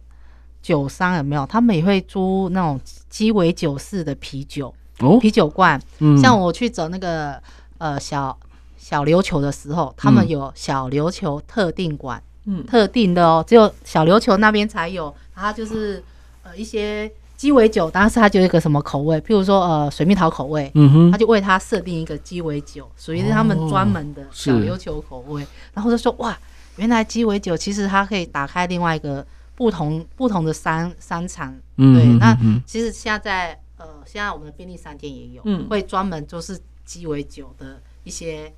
Speaker 3: 酒商有没有？他们也会租那种鸡尾酒式的啤酒
Speaker 2: 哦，
Speaker 3: 啤酒罐，
Speaker 2: 嗯，
Speaker 3: 像我去走那个呃小小琉球的时候，他们
Speaker 2: 嗯
Speaker 3: 有小琉球特定馆。
Speaker 4: 嗯，
Speaker 3: 特定的哦，只有小琉球那边才有。然后它就是呃一些鸡尾酒，当时它就有一个什么口味，譬如说呃水蜜桃口味，
Speaker 2: 嗯
Speaker 3: 他
Speaker 2: 哼，
Speaker 3: 就为它设定一个鸡尾酒，属于是他们专门的小
Speaker 2: 哦是
Speaker 3: 琉球口味。然后就说哇，原来鸡尾酒其实它可以打开另外一个不同不同的商商场。
Speaker 2: 嗯
Speaker 3: 对，
Speaker 2: 嗯
Speaker 3: 那
Speaker 2: 嗯嗯
Speaker 3: 其实现在在呃现在我们的便利商店也有，
Speaker 4: 嗯
Speaker 3: 会专门就是鸡尾酒的一些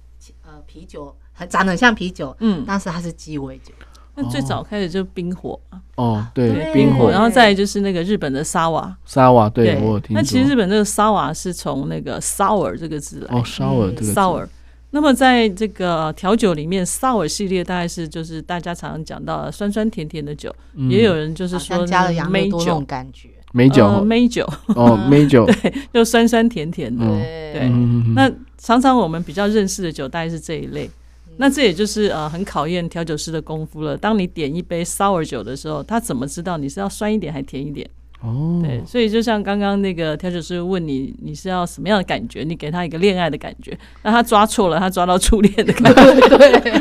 Speaker 3: 呃啤酒，很长得很像啤酒，
Speaker 4: 嗯，
Speaker 3: 但是它是鸡尾酒。
Speaker 4: 那最早开始就冰火嘛，
Speaker 2: 哦，对，
Speaker 3: 对
Speaker 2: 冰火
Speaker 4: 然后再来就是那个日本的沙瓦，
Speaker 2: 沙瓦，对我有听
Speaker 4: 那
Speaker 2: 说。
Speaker 4: 其实日本这个沙瓦是从那个 sour 这个字来
Speaker 2: 哦，烧尔
Speaker 3: 嗯
Speaker 2: 这个字
Speaker 4: sour。那么在这个调酒里面，sour 系列大概是就是大家常常讲到的酸酸甜甜的酒，也有人就是
Speaker 3: 好
Speaker 4: 说
Speaker 3: 像加了杨梅
Speaker 4: 梅
Speaker 3: 多那种
Speaker 4: 酒，
Speaker 3: 感觉。
Speaker 2: 美嗯酒
Speaker 4: 呃梅酒
Speaker 2: 哦，美酒，
Speaker 4: 就酸酸甜甜的。
Speaker 2: 嗯
Speaker 4: 对
Speaker 3: 对，
Speaker 2: 嗯嗯嗯
Speaker 4: 那常常我们比较认识的酒，大概是这一类。
Speaker 3: 嗯
Speaker 4: 那这也就是呃，很考验调酒师的功夫了。当你点一杯 sour 酒的时候，他怎么知道你是要酸一点还甜一点？
Speaker 2: 哦，
Speaker 4: 对，所以就像刚刚那个调酒师问你，你是要什么样的感觉？你给他一个恋爱的感觉，那他抓错了，他抓到初恋的感觉。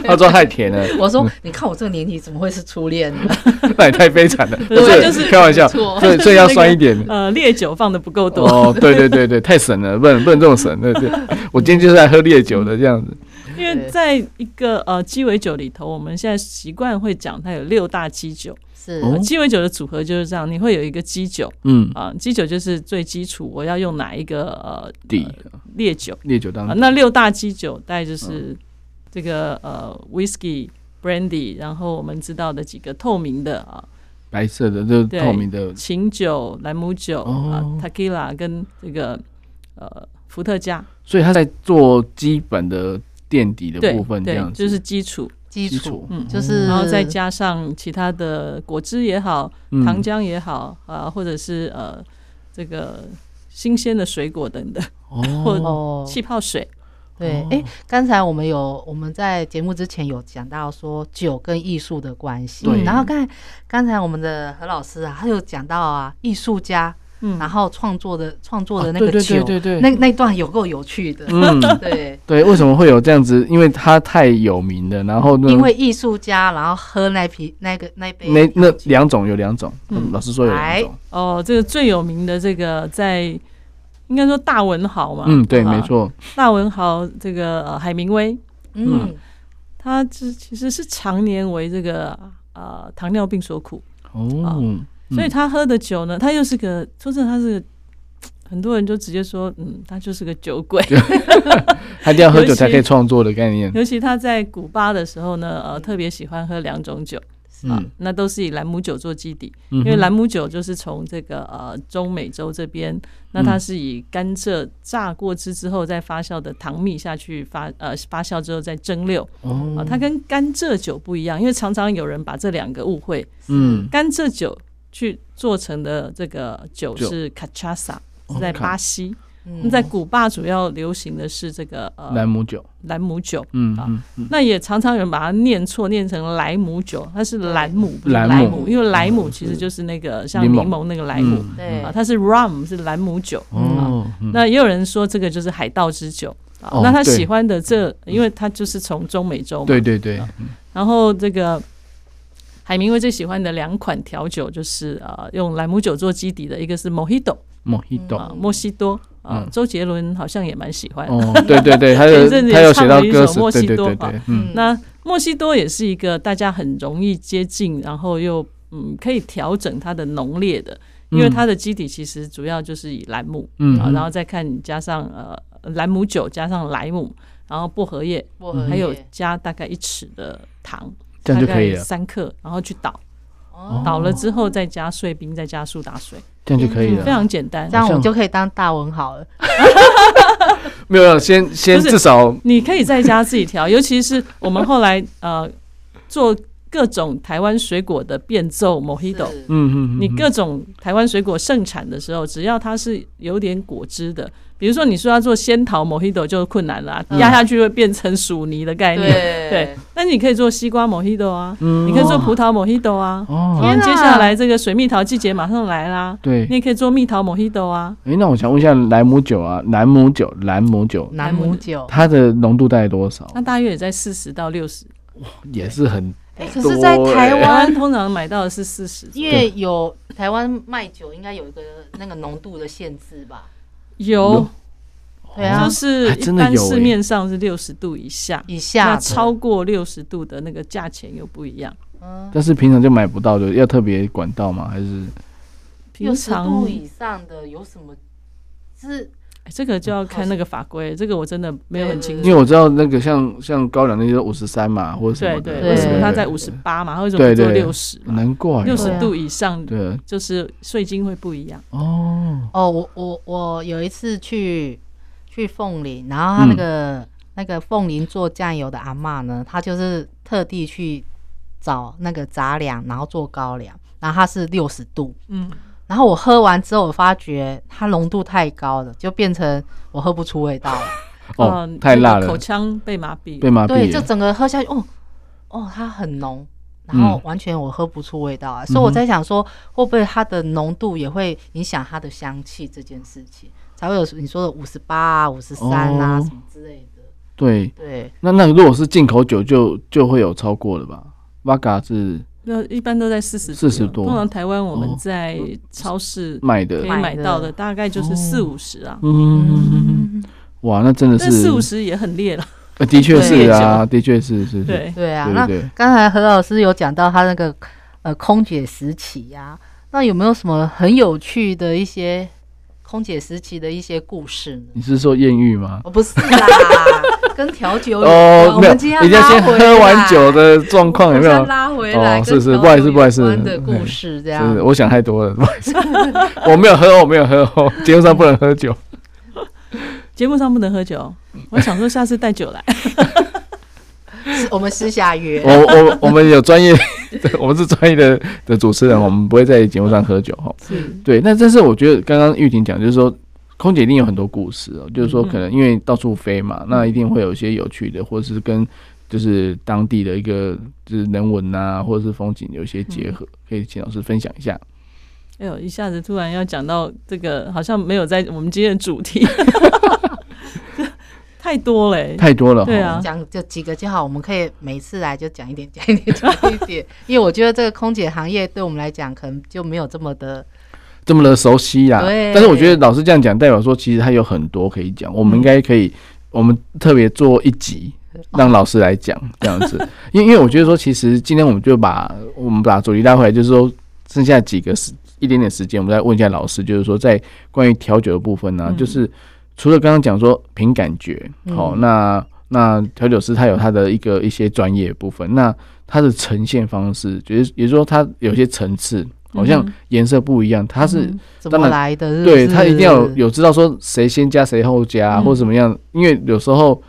Speaker 2: 他说太甜了，
Speaker 3: 我说你看我这个年纪怎么会是初恋呢？
Speaker 2: 那也太悲惨了，不
Speaker 4: 对
Speaker 2: 是
Speaker 4: 就是
Speaker 2: 开玩笑，
Speaker 3: 错
Speaker 2: 所以所以要酸一点。
Speaker 4: 呃，烈酒放的不够多，
Speaker 2: 哦，对对对对，太神了，不能不能这么神，对对，我今天就是来喝烈酒的这样子，
Speaker 4: 因为在一个呃鸡尾酒里头，我们现在习惯会讲它有六大基酒，
Speaker 3: 是
Speaker 2: 哦
Speaker 4: 鸡尾酒的组合就是这样，你会有一个基酒
Speaker 2: 嗯，
Speaker 4: 啊、基酒就是最基础，我要用哪一个呃
Speaker 2: 底
Speaker 4: 烈酒
Speaker 2: 烈酒
Speaker 4: 啊、
Speaker 2: 当中，
Speaker 4: 那六大基酒大概
Speaker 2: 嗯
Speaker 4: 就是这个呃 whisky。brandy，然后我们知道的几个透明的啊，
Speaker 2: 白色的就是
Speaker 4: 对
Speaker 2: 透明的，
Speaker 4: 琴酒、兰姆酒、
Speaker 2: 哦
Speaker 4: 啊、tequila 跟这个呃伏特加，
Speaker 2: 所以他在做基本的垫底的
Speaker 4: 对
Speaker 2: 部分这
Speaker 4: 对
Speaker 2: 样，子，
Speaker 4: 就是基础，
Speaker 3: 基
Speaker 2: 基
Speaker 3: 础
Speaker 2: 础，
Speaker 4: 嗯
Speaker 3: 就是
Speaker 4: 然后再加上其他的果汁也好、
Speaker 2: 嗯
Speaker 4: 糖浆也好啊、或者是呃这个新鲜的水果等等，
Speaker 2: 哦，
Speaker 4: 或
Speaker 3: 哦，
Speaker 4: 气泡水，
Speaker 3: 对
Speaker 2: 哦，
Speaker 3: 哎，刚才我们有我们在节目之前有讲到说酒跟艺术的关系，
Speaker 2: 对
Speaker 3: 然后刚才刚才我们的何老师啊，他有讲到啊，艺术家
Speaker 4: 嗯，
Speaker 3: 然后创作的创作的
Speaker 2: 啊
Speaker 3: 那个
Speaker 2: 对
Speaker 3: 酒
Speaker 2: 对，对对
Speaker 3: 那
Speaker 2: 对，
Speaker 3: 那段有够有趣的，
Speaker 2: 嗯，
Speaker 3: 对，
Speaker 2: 对，为什么会有这样子？因为他太有名了，然后
Speaker 4: 嗯
Speaker 2: 呢，
Speaker 3: 因为艺术家然后喝那瓶那个那杯
Speaker 2: 那那
Speaker 3: 调酒
Speaker 2: 两种有两种，
Speaker 4: 嗯
Speaker 2: 老师说有两种，
Speaker 4: 哦，这个最有名的这个在应该说大文豪嘛，
Speaker 2: 嗯，对，
Speaker 4: 啊
Speaker 2: 没，错，
Speaker 4: 大文豪这个、呃、海明威，
Speaker 3: 嗯
Speaker 4: 他这其实是常年为这个呃糖尿病所苦。
Speaker 2: 哦，
Speaker 4: 所以他喝的酒呢，他又是个，说真的，他是个很多人就直接说，嗯，他就是个酒鬼。
Speaker 2: 他一定要喝
Speaker 4: 尤
Speaker 2: 酒才
Speaker 4: 其
Speaker 2: 可以创作的概念，嗯
Speaker 4: 尤其他在古巴的时候呢，呃，特别喜欢喝两种酒啊
Speaker 2: 嗯，，
Speaker 4: 那都是以兰姆酒做基底，
Speaker 2: 因
Speaker 4: 因为兰姆酒就是从这个呃中美洲这边，那它
Speaker 2: 嗯
Speaker 4: 是以甘蔗榨过汁之后再发酵的糖蜜下去发呃发酵之后再蒸馏啊，
Speaker 2: 哦，
Speaker 4: 它跟甘蔗酒不一样，因为常常有人把这两个误会，
Speaker 2: 嗯，
Speaker 4: 甘蔗酒去做成的这个酒
Speaker 2: 酒
Speaker 4: 是 cachaça，
Speaker 2: 哦
Speaker 4: 是在
Speaker 2: 卡
Speaker 4: 巴西。那
Speaker 3: 嗯
Speaker 4: 在古巴主要流行的是这个
Speaker 2: 兰
Speaker 4: 呃
Speaker 2: 姆酒，
Speaker 4: 兰姆酒，
Speaker 2: 嗯
Speaker 4: 啊
Speaker 2: 嗯嗯，
Speaker 4: 那也常常有人把它念错，念成莱姆酒，它是兰姆，不是
Speaker 2: 兰
Speaker 4: 莱
Speaker 2: 姆
Speaker 4: 姆，因为莱姆
Speaker 2: 嗯
Speaker 4: 其实
Speaker 2: 是
Speaker 4: 就是那个像
Speaker 2: 柠
Speaker 4: 柠
Speaker 2: 檬
Speaker 4: 檬那个莱姆
Speaker 2: 嗯
Speaker 3: 对
Speaker 4: 啊，它是 rum 是兰姆酒。
Speaker 2: 哦，嗯
Speaker 4: 那也有人说这个就是海盗之酒啊
Speaker 2: 哦，
Speaker 4: 那他
Speaker 2: 对
Speaker 4: 喜欢的这，因为他就是从中美洲嘛
Speaker 2: 对，对对，
Speaker 4: 然后这个。海明威最喜欢的两款调酒就是呃用兰姆酒做基底的，一个是 Mojito
Speaker 2: 莫希豆，
Speaker 4: 啊，莫西多啊
Speaker 2: 嗯，
Speaker 4: 周杰伦好像也蛮喜欢。
Speaker 2: 哦，对对 对，他有
Speaker 4: 前阵子也
Speaker 2: 他有写到
Speaker 4: 唱了一
Speaker 2: 歌
Speaker 4: 首
Speaker 2: 词
Speaker 4: 墨，
Speaker 2: 对
Speaker 4: 西
Speaker 2: 对
Speaker 4: 多
Speaker 2: 对
Speaker 4: 吧
Speaker 2: 对，嗯，
Speaker 4: 那莫西多也是一个大家很容易接近，然后又嗯可以调整它的浓烈的，因为它的基底其实主要就是以兰姆、
Speaker 2: 嗯
Speaker 4: 啊，然后再看你加上呃兰姆酒加上莱姆，然后薄荷叶，
Speaker 3: 薄荷叶
Speaker 4: 嗯还有加大概一匙的糖，
Speaker 2: 嗯这样就可以
Speaker 4: 大概
Speaker 2: 了，
Speaker 4: 三克，然后去倒，
Speaker 3: 哦
Speaker 4: 倒了之后再加碎冰，再加苏打水，
Speaker 2: 这样就可以
Speaker 4: 非
Speaker 2: 了。
Speaker 4: 常简单
Speaker 3: 这。样我就可以当大文豪了。
Speaker 2: 没有，先先
Speaker 4: 不是
Speaker 2: 至少嗯
Speaker 4: 你可以在家自己调，尤其是我们后来呃做各种台湾水果的变奏 mojito。
Speaker 3: 是
Speaker 2: 嗯嗯，嗯
Speaker 4: 你各种台湾水果盛产的时候，只要它是有点果汁的，比如说你说要做仙桃 mojito 就困难了啊、
Speaker 3: 嗯
Speaker 4: 压下去会变成薯泥的概念。对
Speaker 3: 对，
Speaker 4: 但你可以做西瓜 mojito 啊，
Speaker 2: 嗯
Speaker 4: 你可以做葡萄 mojito 啊。
Speaker 2: 哦，
Speaker 4: 然
Speaker 3: 天哪
Speaker 4: 后接下来这个水蜜桃季节马上来啦，
Speaker 2: 对
Speaker 4: 你，也可以做蜜桃 mojito 啊。
Speaker 2: 哎，那我想问一下，莱姆酒啊，兰姆酒，兰姆酒，
Speaker 3: 南母酒。
Speaker 2: 它的浓度大概多少？
Speaker 4: 那大约也在四十到六十，
Speaker 2: 也是很
Speaker 3: 哎可是，在
Speaker 2: 多
Speaker 3: 台
Speaker 2: 欸
Speaker 4: 台湾
Speaker 3: 湾，
Speaker 4: 通常买到的是四十，
Speaker 3: 因为有台湾卖酒，应该有一个那个浓度的限制吧？
Speaker 4: 有
Speaker 3: 对啊
Speaker 4: 就，是
Speaker 2: 还
Speaker 4: 一
Speaker 2: 真的
Speaker 4: 般
Speaker 2: 有欸
Speaker 4: 市面上是六十度以下，
Speaker 3: 以下
Speaker 4: 那
Speaker 3: 的
Speaker 4: 超过六十度的那个价钱又不一样。
Speaker 3: 嗯
Speaker 2: 但是平常就买不到的，要特别管道吗？还是
Speaker 4: 平
Speaker 3: 六十
Speaker 4: 常
Speaker 3: 度以上的有什么？是
Speaker 4: 哎这个就要看那个法规，这个我真的没有很清
Speaker 2: 因
Speaker 3: 对
Speaker 4: 楚。
Speaker 2: 为我知道那个像像高粱那些五十三嘛，或者什
Speaker 4: 对
Speaker 2: 么的，
Speaker 4: 为什么
Speaker 3: 对
Speaker 4: 它在五十？八嘛，它为什么不做
Speaker 2: 对对
Speaker 4: 六十嘛？
Speaker 2: 难怪
Speaker 4: 六
Speaker 3: 对
Speaker 4: 十
Speaker 3: 啊
Speaker 4: 度以上
Speaker 2: 对
Speaker 4: 就是税金会不一样。
Speaker 2: 哦，
Speaker 3: 哦，我我我有一次去去凤林，然后他那个、那个凤林做酱油的阿嬷呢，她就是特地去找那个杂粮，然后做高粱，然后它是六十度，
Speaker 4: 嗯，
Speaker 3: 然后我喝完之后，我发觉它浓度太高了，就变成我喝不出味道了。
Speaker 2: 哦太辣了
Speaker 4: 呃嗯口腔被麻痹
Speaker 2: 被。麻
Speaker 3: 对，
Speaker 2: 痹
Speaker 3: 就
Speaker 2: 了，
Speaker 3: 整个喝下去，哦哦，它很浓，然后
Speaker 2: 嗯
Speaker 3: 完全我喝不出味道啊，所以我在想说，会不会它的浓度也会影响它的香气这件事情，才会有你说的五十八啊、五十三啊
Speaker 2: 哦
Speaker 3: 什么之类的。
Speaker 2: 对。
Speaker 3: 对，
Speaker 2: 那那如果是进口酒就，就会有超过了吧？v 嘎是
Speaker 4: 那一般都在四十
Speaker 2: 40多
Speaker 4: 通常台湾我
Speaker 2: 哦嗯
Speaker 4: 们在超市
Speaker 2: 卖
Speaker 4: 可
Speaker 2: 的
Speaker 4: 以，
Speaker 3: 买
Speaker 4: 买
Speaker 3: 的
Speaker 4: 到的大概就是
Speaker 2: 哦
Speaker 4: 四五十啊，
Speaker 2: 嗯，哇，那真的
Speaker 4: 但
Speaker 2: 是，
Speaker 4: 四五十也很烈了。
Speaker 2: 呃的确
Speaker 3: 对
Speaker 2: 是啊，的确是是是，
Speaker 4: 对，
Speaker 3: 对啊，
Speaker 2: 对
Speaker 3: 那
Speaker 2: 对
Speaker 3: 刚才何老师有讲到他那个呃空姐时期呀、那有没有什么很有趣的一些空姐时期的一些故事呢？
Speaker 2: 你是说艳遇吗？
Speaker 3: 哦，不 是啦，跟调酒有关
Speaker 2: 哦，
Speaker 3: 我
Speaker 2: 没有，
Speaker 3: 们今天
Speaker 2: 一定要
Speaker 3: 拉
Speaker 2: 先
Speaker 3: 回
Speaker 2: 喝完
Speaker 3: 来
Speaker 2: 酒的状况有没
Speaker 3: 我
Speaker 2: 有
Speaker 3: 们？拉啊回来
Speaker 2: 哦
Speaker 3: 跟
Speaker 2: 是是
Speaker 3: 调
Speaker 2: 不好意思
Speaker 3: 酒
Speaker 2: 不好意思嗯
Speaker 3: 有关的故事这
Speaker 2: 是，
Speaker 3: 样。
Speaker 2: 我想太多了，不好意思， 我没有喝，我没有喝， 哦，节目上不能喝酒。
Speaker 4: 节目上不能 喝酒，我想说下次带酒来。
Speaker 3: 是我们私下约
Speaker 2: 我。我我们有专业， 我们是专业的的主持人，我们不会在节目上喝酒哈。对，那但是我觉得刚刚玉婷讲，就是说空姐一定有很多故事哦，就是说可
Speaker 3: 嗯
Speaker 2: 能因为到处飞嘛，那一定会有一些有趣的，或者是跟就是当地的一个就是人文啊，或者是风景有一些结
Speaker 3: 嗯
Speaker 2: 合，可以请老师分享一下。
Speaker 4: 哎呦，一下子突然要讲到这个，好像没有在我们今天的主题， 太多欸嘞、
Speaker 2: 太多了，
Speaker 4: 对啊
Speaker 3: 讲就几个就好，我们可以每次来就讲一点，讲一点，讲一点。因为我觉得这个空姐行业对我们来讲，可能就没有这么的
Speaker 2: 这么的熟悉呀、
Speaker 3: 对嗯
Speaker 2: 但是我觉得老师这样讲，代表说其实他有很多可以讲，我们应该可以，我们特别做一集。
Speaker 3: 哦
Speaker 2: 让老师来讲这样子， 因为因为我觉得说，其实今天我们就把我们把主题拉回来，就是说剩下几个时一点点时间，我们再问一下老师，就是说在关于调酒的部分呢、啊
Speaker 4: 嗯
Speaker 2: 就是除了刚刚讲说凭感觉，
Speaker 3: 嗯
Speaker 2: 好、那那调酒师他有他的一个一些专业部分，那它的呈现方式，就是也就是说它有些层次，好像
Speaker 4: 嗯
Speaker 2: 颜色不一样，它是、
Speaker 4: 嗯
Speaker 3: 怎么来的嗯是不
Speaker 2: 对
Speaker 3: 是，
Speaker 2: 它一定要有有知道说谁先加谁后加、啊
Speaker 4: 嗯
Speaker 2: 或者怎么样，因为有时候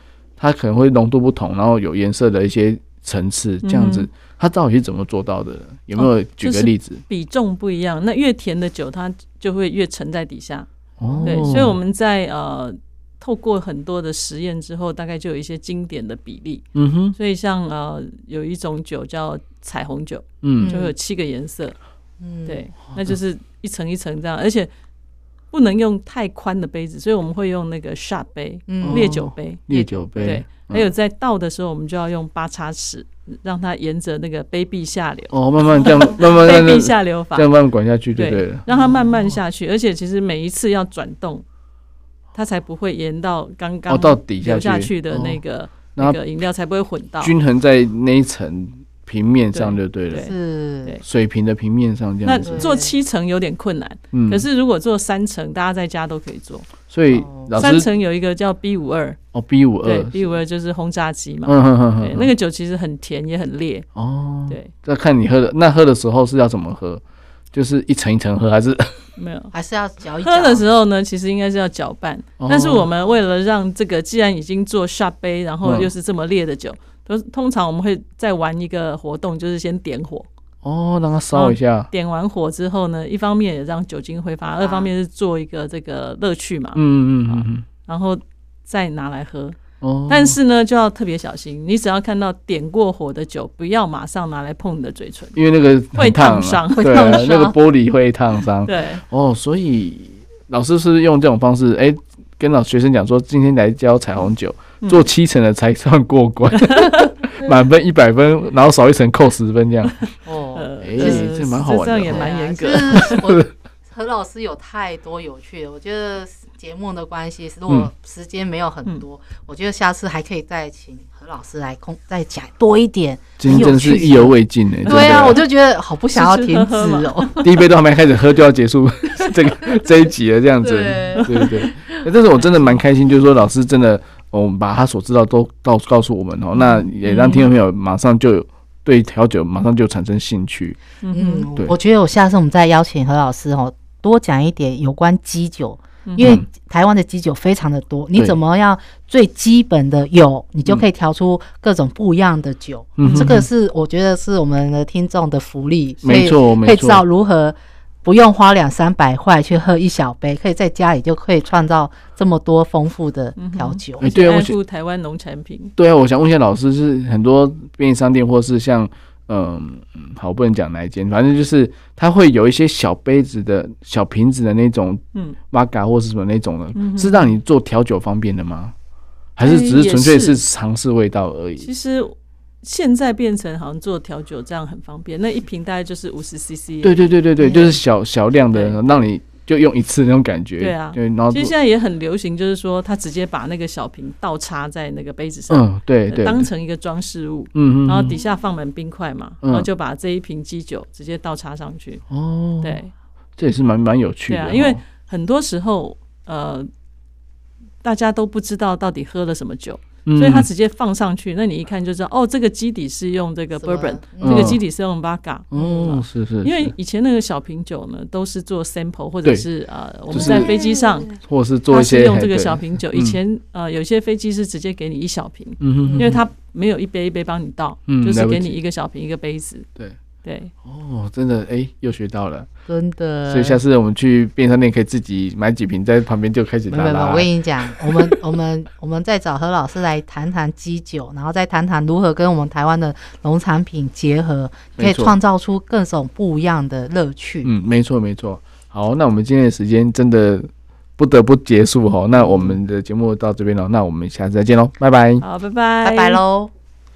Speaker 2: 它可能会浓度不同，然后有颜色的一些层次，这样子、
Speaker 4: 嗯
Speaker 2: 它到底是怎么做到的？有没有举
Speaker 4: 就
Speaker 2: 个
Speaker 4: 是
Speaker 2: 例子？
Speaker 4: 比重不一样。那越甜的酒，它就会越沉在底下。
Speaker 2: 哦，
Speaker 4: 对，所以我们在呃透过很多的实验之后，大概就有一些经典的比例。
Speaker 2: 嗯哼，
Speaker 4: 所以像呃有一种酒叫彩虹酒，
Speaker 2: 嗯
Speaker 4: 就会有七个颜色，
Speaker 3: 嗯，
Speaker 4: 对，
Speaker 2: 哦
Speaker 4: 那就是一层一层这样，而且不能用太宽的杯子，所以我们会用那个 shot 杯、
Speaker 3: 嗯
Speaker 4: 烈酒杯。
Speaker 2: 烈酒杯，
Speaker 4: 对，
Speaker 2: 嗯
Speaker 4: 还有在倒的时候，我们就要用八叉匙，让它沿着那个杯壁下流，
Speaker 2: 哦，慢慢这样，慢 慢
Speaker 4: 杯
Speaker 2: 慢慢
Speaker 4: 壁下流法
Speaker 2: 这，样慢慢管下去就对了。
Speaker 4: 让它慢慢下去。而且其实每一次要转动，它才不会延到刚刚
Speaker 2: 哦到底下
Speaker 4: 流下
Speaker 2: 去
Speaker 4: 去的
Speaker 2: 哦
Speaker 4: 那个
Speaker 2: 然
Speaker 4: 那
Speaker 2: 后
Speaker 4: 个饮料才不会混到。
Speaker 2: 均衡在那一层平面上就对了，
Speaker 4: 对
Speaker 3: 是
Speaker 4: 对
Speaker 2: 水平的平面上这
Speaker 4: 那
Speaker 2: 样子。
Speaker 4: 做七层有点困难，
Speaker 2: 嗯
Speaker 4: 可是如果做三层，大家在家都可以做。
Speaker 2: 所以
Speaker 3: 哦
Speaker 2: 老
Speaker 4: 三
Speaker 2: 师
Speaker 4: 层有一个叫 B 五二，
Speaker 2: 哦 B 五
Speaker 4: 对
Speaker 2: 二，
Speaker 4: ，B 五二就是轰炸机嘛，
Speaker 2: 嗯哼哼
Speaker 4: 对
Speaker 2: 哼，，
Speaker 4: 那个酒其实很甜也很烈，
Speaker 2: 哦，
Speaker 4: 对，
Speaker 2: 那看你喝的，那喝的时候是要怎么喝？就是一层一层喝，还是
Speaker 4: 没有。
Speaker 3: 还是要嚼一嚼。
Speaker 4: 喝的时候呢，其实应该是要搅拌，
Speaker 2: 哦
Speaker 4: 但是我们为了让这个既然已经做下杯，然后
Speaker 2: 嗯
Speaker 4: 又是这么烈的酒，都通常我们会再玩一个活动，就是先点火，
Speaker 2: 哦让它烧一下？
Speaker 4: 点完火之后呢，一方面也让酒精挥发，二方面是做一个这个乐趣嘛，
Speaker 2: 嗯嗯嗯嗯，
Speaker 4: 然后再拿来喝。
Speaker 2: 哦，
Speaker 4: 但是呢，就要特别小心，你只要看到点过火的酒，不要马上拿来碰你的嘴唇。
Speaker 2: 因为那个很
Speaker 4: 会烫
Speaker 2: 啊
Speaker 4: 伤
Speaker 3: 会
Speaker 2: 对啊
Speaker 3: 烫，伤
Speaker 2: 那个玻璃会烫伤。
Speaker 4: 对，
Speaker 2: 哦，所以老师是用这种方式，哎、跟老学生讲说，今天来教彩虹酒，
Speaker 4: 嗯
Speaker 2: 做七成的才算过 关，满分一百分，然后少一层扣十分这 样。
Speaker 3: 哦，
Speaker 2: 哎这蛮好玩的
Speaker 4: 呃这样也
Speaker 2: 对
Speaker 4: 蛮严格
Speaker 3: 对。啊就是 我何老师有太多有趣的，我觉得节目的关系，如
Speaker 4: 嗯
Speaker 3: 果时间没有很多，我觉得下次还可以再请何老师来空再讲多一点。
Speaker 2: 今天真是意犹未尽哎、真的
Speaker 3: 对啊，我就觉得好不想要
Speaker 4: 吃
Speaker 3: 停止
Speaker 4: 吃喝喝嘛
Speaker 3: 哦。
Speaker 2: 第一杯都还没开始喝就要结束这个这一集了，这样子。
Speaker 3: 对
Speaker 2: 对对对。欸但是我真的蛮开心，就是说老师真的，哦我们把他所知道都告告诉我们哦，那也让听众朋友马上就有对调酒马上就产生兴趣。
Speaker 4: 嗯
Speaker 3: 嗯
Speaker 2: 对，
Speaker 3: 我觉得我下次我们再邀请何老师哦，多讲一点有关基酒，
Speaker 4: 嗯
Speaker 3: 因为台湾的基酒非常的多，你
Speaker 2: 对
Speaker 3: 怎么样最基本的有，你
Speaker 4: 嗯
Speaker 3: 就可以调出各种不一样的酒。
Speaker 2: 嗯
Speaker 3: 这个是我觉得是我们的听众的福利，所以
Speaker 2: 没错
Speaker 3: 可
Speaker 2: 没
Speaker 3: 以知道
Speaker 2: 错，
Speaker 3: 如何。不用花两三百块去喝一小杯，可以在家里就可以创造这么多丰富的调酒。
Speaker 2: 哎、对啊，我
Speaker 4: 爱
Speaker 2: 想
Speaker 4: 护台湾农产品，
Speaker 2: 对啊，我想问一下老师，是很多便利商店或是像嗯，好不能讲哪一间，反正就是它会有一些小杯子的小瓶子的那种
Speaker 4: 嗯，
Speaker 2: 玛嘎或是什么那种的，
Speaker 4: 嗯哼哎
Speaker 2: 是让你做调酒方便的吗？还是只是纯粹是尝试味道而已？
Speaker 4: 其实现在变成好像做调酒这样很方便，那一瓶大概就是五十 CC。
Speaker 2: 对对对对对，
Speaker 3: 嗯
Speaker 2: 就是小小量的，让你就用一次那种感觉。
Speaker 4: 对啊
Speaker 2: 对，然后
Speaker 4: 其实现在也很流行，就是说他直接把那个小瓶倒插在那个杯子上，呃
Speaker 2: 嗯，对对，
Speaker 4: 当
Speaker 2: 对
Speaker 4: 成一个装饰物，
Speaker 2: 嗯嗯，
Speaker 4: 然后
Speaker 2: 嗯
Speaker 4: 底下放满冰块嘛，
Speaker 2: 嗯
Speaker 4: 然后就把这一瓶基酒直接倒插上去。
Speaker 2: 哦，，
Speaker 4: 对，
Speaker 2: 这也是蛮蛮有趣
Speaker 4: 对
Speaker 2: 的
Speaker 4: 啊
Speaker 2: 哦，
Speaker 4: 因为很多时候呃，大家都不知道到底喝了什么酒，
Speaker 2: 嗯
Speaker 4: 所以他直接放上去，那你一看就知道，哦，这个基底是用这个
Speaker 3: 什么
Speaker 4: bourbon，
Speaker 3: 嗯
Speaker 4: 这个基底是用 vodka。
Speaker 2: 嗯哦，是是，
Speaker 4: 因为
Speaker 2: 是
Speaker 4: 以前那个小瓶酒呢，都是做 sample 或者
Speaker 2: 对
Speaker 4: 是呃，我
Speaker 2: 就
Speaker 4: 们
Speaker 2: 是
Speaker 4: 在飞机上，
Speaker 3: 嗯
Speaker 2: 或是做
Speaker 4: 它
Speaker 2: 一
Speaker 4: 是
Speaker 2: 些
Speaker 4: 用这个
Speaker 2: 嘿对
Speaker 4: 小瓶酒。以前呃，有些飞机是直接给你一小瓶，
Speaker 2: 嗯哼哼，
Speaker 4: 因为它没有一杯一杯帮你倒，
Speaker 2: 嗯
Speaker 4: 就是
Speaker 2: 来不
Speaker 4: 给你
Speaker 2: 及
Speaker 4: 一个小瓶一个杯子。
Speaker 2: 对
Speaker 4: 对，
Speaker 2: 哦，真的哎，又学到了。
Speaker 3: 真的，
Speaker 2: 所以下次我们去便利商店可以自己买几瓶，在旁边就开始
Speaker 3: 没
Speaker 2: 拉
Speaker 3: 有没有，
Speaker 2: 拉
Speaker 3: 我跟。你讲，我们 我们我们再找何老师来谈谈基酒，然后再谈谈如何跟我们台湾的农产品结合，可
Speaker 2: 没
Speaker 3: 以
Speaker 2: 错
Speaker 3: 创造出各种不一样的乐趣。
Speaker 2: 嗯，没错没错。好，那我们今天的时间真的不得不结束哦。那我们的节目到这边了，那我们下次再见喽，拜拜。
Speaker 4: 好，拜拜，
Speaker 3: 拜拜喽。